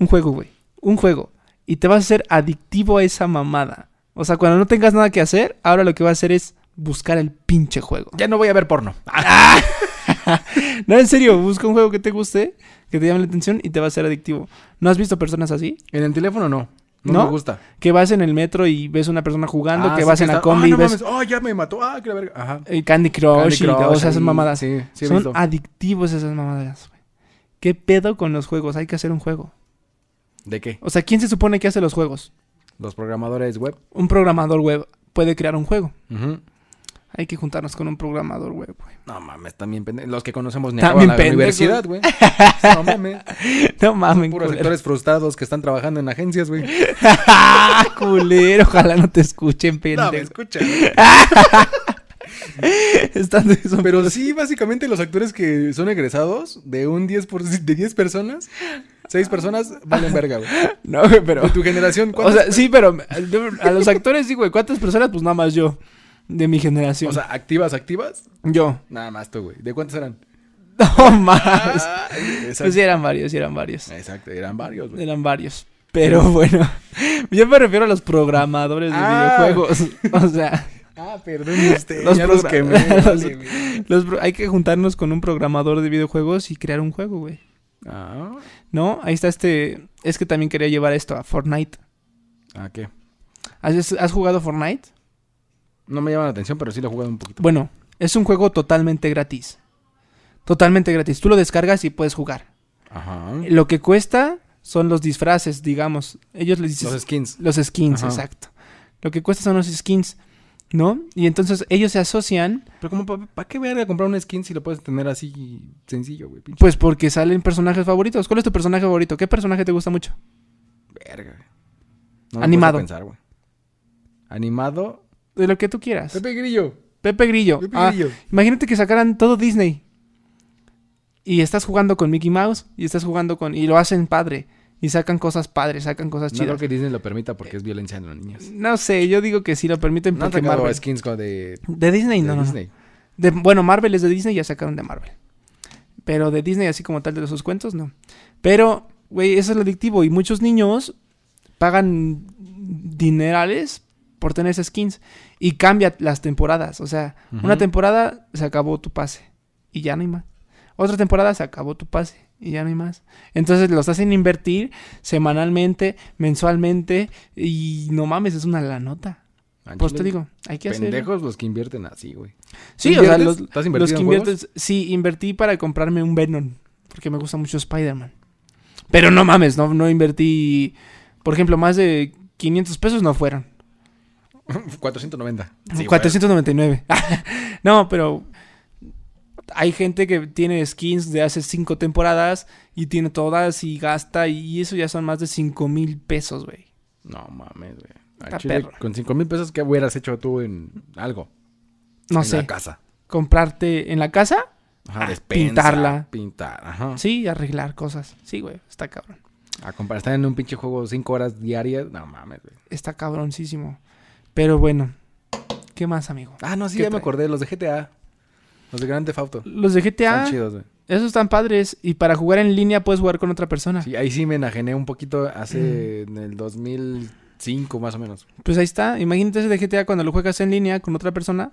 Speaker 1: Un juego, güey. Un juego. Y te vas a ser adictivo a esa mamada. O sea, cuando no tengas nada que hacer, ahora lo que vas a hacer es buscar el pinche juego.
Speaker 2: Ya no voy a ver porno.
Speaker 1: No, en serio, busca un juego que te guste, que te llame la atención y te va a ser adictivo. ¿No has visto personas así?
Speaker 2: En el teléfono no. No,
Speaker 1: ¿No?
Speaker 2: me gusta.
Speaker 1: Que vas en el metro y ves una persona jugando,
Speaker 2: Ah,
Speaker 1: que
Speaker 2: sí
Speaker 1: vas en la
Speaker 2: está-
Speaker 1: combi
Speaker 2: ah,
Speaker 1: y
Speaker 2: no
Speaker 1: ves
Speaker 2: mames. Ah, ya me mató. Ah, que la verga. Ajá.
Speaker 1: el Candy Crush,
Speaker 2: Candy
Speaker 1: y
Speaker 2: Crush,
Speaker 1: o sea, esas
Speaker 2: ahí.
Speaker 1: mamadas.
Speaker 2: Sí, sí he
Speaker 1: Son
Speaker 2: visto.
Speaker 1: adictivos esas mamadas, güey. ¿Qué pedo con los juegos? Hay que hacer un juego.
Speaker 2: ¿De qué?
Speaker 1: O sea, ¿quién se supone que hace los juegos?
Speaker 2: Los programadores web.
Speaker 1: Un programador web puede crear un juego.
Speaker 2: Ujú.
Speaker 1: Hay que juntarnos con un programador web, güey.
Speaker 2: No mames, también pendejos. Los que conocemos ni
Speaker 1: También
Speaker 2: acaban la
Speaker 1: pendejos.
Speaker 2: universidad, güey. No mames.
Speaker 1: No mames,
Speaker 2: Puros
Speaker 1: culero.
Speaker 2: sectores frustrados que están trabajando en agencias, güey.
Speaker 1: ¡Ah, culero! Ojalá no te escuchen,
Speaker 2: No, me
Speaker 1: pendejo.
Speaker 2: escucha.
Speaker 1: Están son-
Speaker 2: Pero sí, básicamente los actores que son egresados de un 10 por, de 10 personas, 6 personas valen verga, güey.
Speaker 1: No, güey, pero...
Speaker 2: De tu generación,
Speaker 1: O
Speaker 2: ¿cuántos?
Speaker 1: sea, sí, pero a los actores sí, güey. ¿Cuántas personas? Pues nada más yo. De mi generación.
Speaker 2: O sea, activas, activas,
Speaker 1: yo.
Speaker 2: nada más tú, güey. ¿De cuántos eran?
Speaker 1: No
Speaker 2: Ah,
Speaker 1: más.
Speaker 2: exacto.
Speaker 1: Pues sí, eran varios, sí, eran varios.
Speaker 2: Exacto, eran varios, güey.
Speaker 1: Eran varios. Pero bueno, yo me refiero a los programadores de
Speaker 2: Ah.
Speaker 1: videojuegos. O sea,
Speaker 2: Ah, perdón, usted.
Speaker 1: Los
Speaker 2: ya los
Speaker 1: progra-
Speaker 2: quemé.
Speaker 1: los-
Speaker 2: vale, güey.
Speaker 1: los pro- hay que juntarnos con un programador de videojuegos y crear un juego, güey.
Speaker 2: Ah,
Speaker 1: No, ahí está este. Es que también quería llevar esto a Fortnite.
Speaker 2: ¿a qué?
Speaker 1: ¿Has, has jugado Fortnite?
Speaker 2: No me llama la atención, pero sí lo he jugado un poquito.
Speaker 1: Bueno, es un juego totalmente gratis. Totalmente gratis. Tú lo descargas y puedes jugar.
Speaker 2: Ajá.
Speaker 1: Lo que cuesta son los disfraces, digamos. Ellos les dicen
Speaker 2: Los skins.
Speaker 1: los skins,
Speaker 2: Ajá.
Speaker 1: exacto. Lo que cuesta son los skins, ¿no? Y entonces ellos se asocian,
Speaker 2: Pero como, ¿para qué verga comprar un skin si lo puedes tener así sencillo, güey? Pinche
Speaker 1: pues porque salen personajes favoritos. ¿Cuál es tu personaje favorito? ¿Qué personaje te gusta mucho?
Speaker 2: verga, güey. me
Speaker 1: Animado.
Speaker 2: puedes a pensar, güey. Animado.
Speaker 1: De lo que tú quieras. Pepe,
Speaker 2: Pepe Grillo.
Speaker 1: Grillo.
Speaker 2: Pepe
Speaker 1: Ah,
Speaker 2: Grillo.
Speaker 1: Imagínate que sacaran todo Disney. Y estás jugando con Mickey Mouse y estás jugando con y lo hacen padre y sacan cosas padres, sacan cosas
Speaker 2: No creo
Speaker 1: chidas.
Speaker 2: que Disney lo permita porque es violencia en los niños.
Speaker 1: No sé, yo digo que sí lo permiten
Speaker 2: No han
Speaker 1: porque
Speaker 2: sacado
Speaker 1: Marvel.
Speaker 2: skins como de,
Speaker 1: De Disney
Speaker 2: de
Speaker 1: no, no, no.
Speaker 2: Disney.
Speaker 1: De- bueno, Marvel es de Disney, ya sacaron de Marvel. Pero de Disney, así como tal de sus cuentos, no. Pero, güey, eso es lo adictivo. Y muchos niños pagan dinerales por tener esas skins. Y cambia las temporadas. O sea, una
Speaker 2: Ujú.
Speaker 1: temporada se acabó tu pase. Y ya no hay más. Otra temporada se acabó tu pase. Y ya no hay más. Entonces los hacen invertir semanalmente, mensualmente. Y no mames, es una la nota.
Speaker 2: Al
Speaker 1: Pues
Speaker 2: chile,
Speaker 1: te digo, hay que hacer.
Speaker 2: Pendejos los que invierten así, güey.
Speaker 1: Sí, o sea,
Speaker 2: ¿Inviertes?
Speaker 1: los,
Speaker 2: ¿Estás
Speaker 1: los
Speaker 2: invertido
Speaker 1: que
Speaker 2: en juegos?
Speaker 1: inviertes. Sí, invertí para comprarme un Venom. Porque me gusta mucho Spider-Man. Pero no mames, no, no invertí. Por ejemplo, más de 500 pesos no fueron.
Speaker 2: 490. Sí, güey.
Speaker 1: 499. no, pero. Hay gente que tiene skins de hace cinco temporadas y tiene todas y gasta y eso ya son más de 5 mil pesos, güey.
Speaker 2: No mames, güey. Al
Speaker 1: Está
Speaker 2: chile,
Speaker 1: perro.
Speaker 2: con 5 mil pesos, ¿qué hubieras hecho tú en algo?
Speaker 1: No
Speaker 2: en
Speaker 1: sé,
Speaker 2: la casa.
Speaker 1: comprarte en la casa
Speaker 2: Ajá,
Speaker 1: Ah,
Speaker 2: despensa,
Speaker 1: pintarla.
Speaker 2: Pintar, ajá.
Speaker 1: Sí, arreglar cosas. Sí, güey, está cabrón.
Speaker 2: A comparar, estar en un pinche juego cinco horas diarias, no mames, güey.
Speaker 1: Está cabroncísimo. Pero bueno, ¿qué más, amigo?
Speaker 2: Ah, no, sí,
Speaker 1: ¿Qué
Speaker 2: ya me
Speaker 1: trae?
Speaker 2: acordé, los de GTA. Los de Grand Theft Auto.
Speaker 1: Los de GTA,
Speaker 2: Están chidos, güey.
Speaker 1: esos están padres. Y para jugar en línea puedes jugar con otra persona.
Speaker 2: Sí, ahí sí me enajené un poquito hace
Speaker 1: Mm.
Speaker 2: en el 2005 más o menos.
Speaker 1: Pues ahí está. Imagínate ese de GTA cuando lo juegas en línea con otra persona.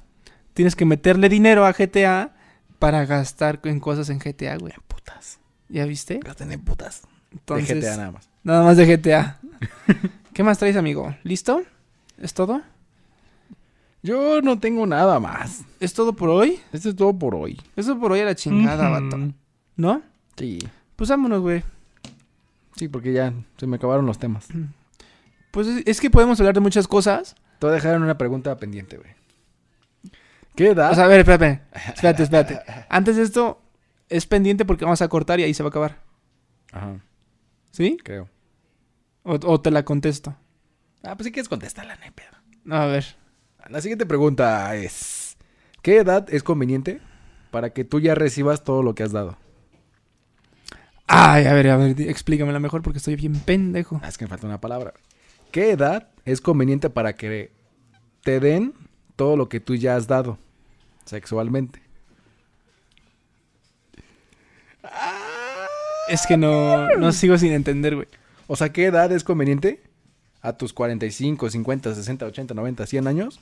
Speaker 1: Tienes que meterle dinero a GTA para gastar en cosas en GTA, güey.
Speaker 2: Putas.
Speaker 1: ¿Ya viste?
Speaker 2: Gastan en putas.
Speaker 1: Entonces,
Speaker 2: De GTA nada más.
Speaker 1: nada más de GTA. ¿Qué más traes, amigo? ¿Listo? ¿Es todo?
Speaker 2: Yo no tengo nada más.
Speaker 1: ¿Es todo por hoy?
Speaker 2: Esto es todo por hoy.
Speaker 1: Eso por hoy a la chingada,
Speaker 2: Ujú.
Speaker 1: vato. ¿No?
Speaker 2: Sí.
Speaker 1: Pues vámonos, güey.
Speaker 2: Sí, porque ya se me acabaron los temas.
Speaker 1: Pues es, es que podemos hablar de muchas cosas.
Speaker 2: Te voy a dejar una pregunta pendiente, güey. ¿Qué edad?
Speaker 1: O sea, a ver, espérate. Espérate, espérate. Antes de esto, es pendiente porque vamos a cortar y ahí se va a acabar.
Speaker 2: Ajá,
Speaker 1: ¿Sí?
Speaker 2: creo.
Speaker 1: O, o te la contesto.
Speaker 2: Ah, pues sí quieres contestarla, no hay pedo.
Speaker 1: A ver.
Speaker 2: La siguiente pregunta es: ¿Qué edad es conveniente para que tú ya recibas todo lo que has dado?
Speaker 1: Ay, a ver, a ver, di- explícamela mejor porque estoy bien pendejo.
Speaker 2: Ah, es que me falta una palabra. ¿Qué edad es conveniente para que te den todo lo que tú ya has dado sexualmente?
Speaker 1: Es que no, no sigo sin entender, güey.
Speaker 2: O sea, ¿qué edad es conveniente a tus 45, 50, 60, 80, 90, 100 años?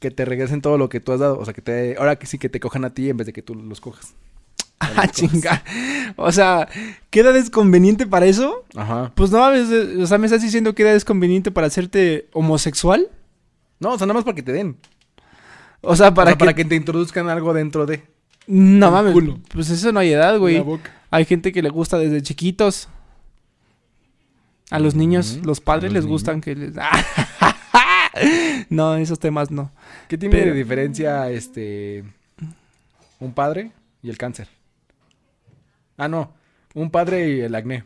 Speaker 2: Que te regresen todo lo que tú has dado. O sea, que te. Ahora que sí que te cojan a ti en vez de que tú los cojas.
Speaker 1: Ah, chinga. O sea, ¿qué edad es conveniente para eso?
Speaker 2: Ajá.
Speaker 1: Pues no mames, eh, o sea, ¿me estás diciendo qué edad es conveniente para hacerte homosexual?
Speaker 2: No, o sea, nada más para que te den.
Speaker 1: O sea, para,
Speaker 2: Para,
Speaker 1: que...
Speaker 2: para que te introduzcan algo dentro de
Speaker 1: No
Speaker 2: el
Speaker 1: mames,
Speaker 2: culo.
Speaker 1: pues eso no hay edad,
Speaker 2: la
Speaker 1: güey.
Speaker 2: boca.
Speaker 1: Hay gente que le gusta desde chiquitos. A los niños,
Speaker 2: Ujú,
Speaker 1: los
Speaker 2: a
Speaker 1: padres
Speaker 2: los
Speaker 1: les
Speaker 2: niños.
Speaker 1: gustan que les... no, esos temas no.
Speaker 2: ¿Qué tiene
Speaker 1: Pero-
Speaker 2: de diferencia este un padre y el cáncer? Ah, no, un padre y el acné.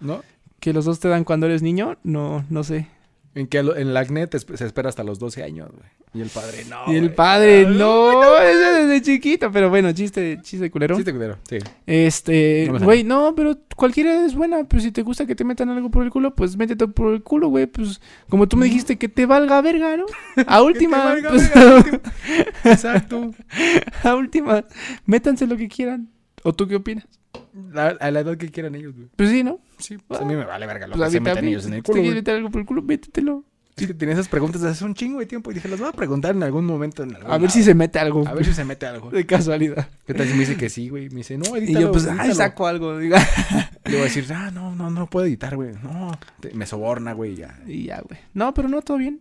Speaker 2: ¿No?
Speaker 1: Que los dos te dan cuando eres niño, no, no sé.
Speaker 2: En que lo- en el acné te esp- se espera hasta los 12 años, güey. Y el padre no.
Speaker 1: Y el
Speaker 2: güey. Ah,
Speaker 1: padre, no, ese desde chiquito, pero bueno, chiste, chiste culero.
Speaker 2: Sí, te cuidaron, sí.
Speaker 1: Este,
Speaker 2: No me sale.
Speaker 1: güey, no, pero cualquiera es buena, pero si te gusta que te metan algo por el culo, pues métete por el culo, güey, pues como tú me dijiste que te valga verga, ¿no? A última,
Speaker 2: valga
Speaker 1: pues,
Speaker 2: verga, Exacto.
Speaker 1: a última, métanse lo que quieran. ¿O tú qué opinas?
Speaker 2: La- a la edad que quieran ellos, güey.
Speaker 1: Pues sí, ¿no?
Speaker 2: Sí, pues a mí me vale verga lo
Speaker 1: Pues a
Speaker 2: que se
Speaker 1: mí
Speaker 2: meten
Speaker 1: también,
Speaker 2: ellos en el
Speaker 1: si te
Speaker 2: culo,
Speaker 1: quieres
Speaker 2: güey.
Speaker 1: meter algo por el culo, métetelo.
Speaker 2: Es que tenía esas preguntas desde hace un chingo de tiempo y dije, las voy a preguntar en algún momento. En algún
Speaker 1: A ver si
Speaker 2: lado.
Speaker 1: se mete algo
Speaker 2: A ver si se mete algo.
Speaker 1: de casualidad.
Speaker 2: ¿Qué tal si me dice que sí, güey? Me dice, no,
Speaker 1: Y
Speaker 2: edítalo.
Speaker 1: yo pues,
Speaker 2: edítalo".
Speaker 1: ay, saco algo, diga.
Speaker 2: Le voy a decir, ah, no, no, no lo puedo editar, güey. No, te- me soborna, güey, ya.
Speaker 1: Y ya, güey. No, pero no, todo bien.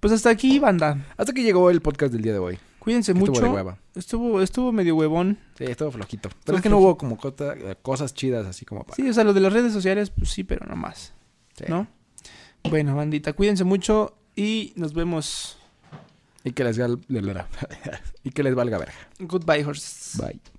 Speaker 1: Pues hasta aquí, banda.
Speaker 2: Hasta que llegó el podcast del día de hoy.
Speaker 1: Cuídense
Speaker 2: Que Estuvo de
Speaker 1: mucho.
Speaker 2: hueva.
Speaker 1: Estuvo, estuvo medio huevón.
Speaker 2: Sí, estuvo flojito. Pero
Speaker 1: Estuvo
Speaker 2: es que no hubo como cota- cosas chidas así como para...
Speaker 1: Sí, o sea, lo de las redes sociales, pues sí, pero no más.
Speaker 2: Sí.
Speaker 1: ¿No? Bueno, bandita, cuídense mucho y nos vemos.
Speaker 2: Y que les, gal- y que les valga verga.
Speaker 1: Goodbye, horses.
Speaker 2: Bye.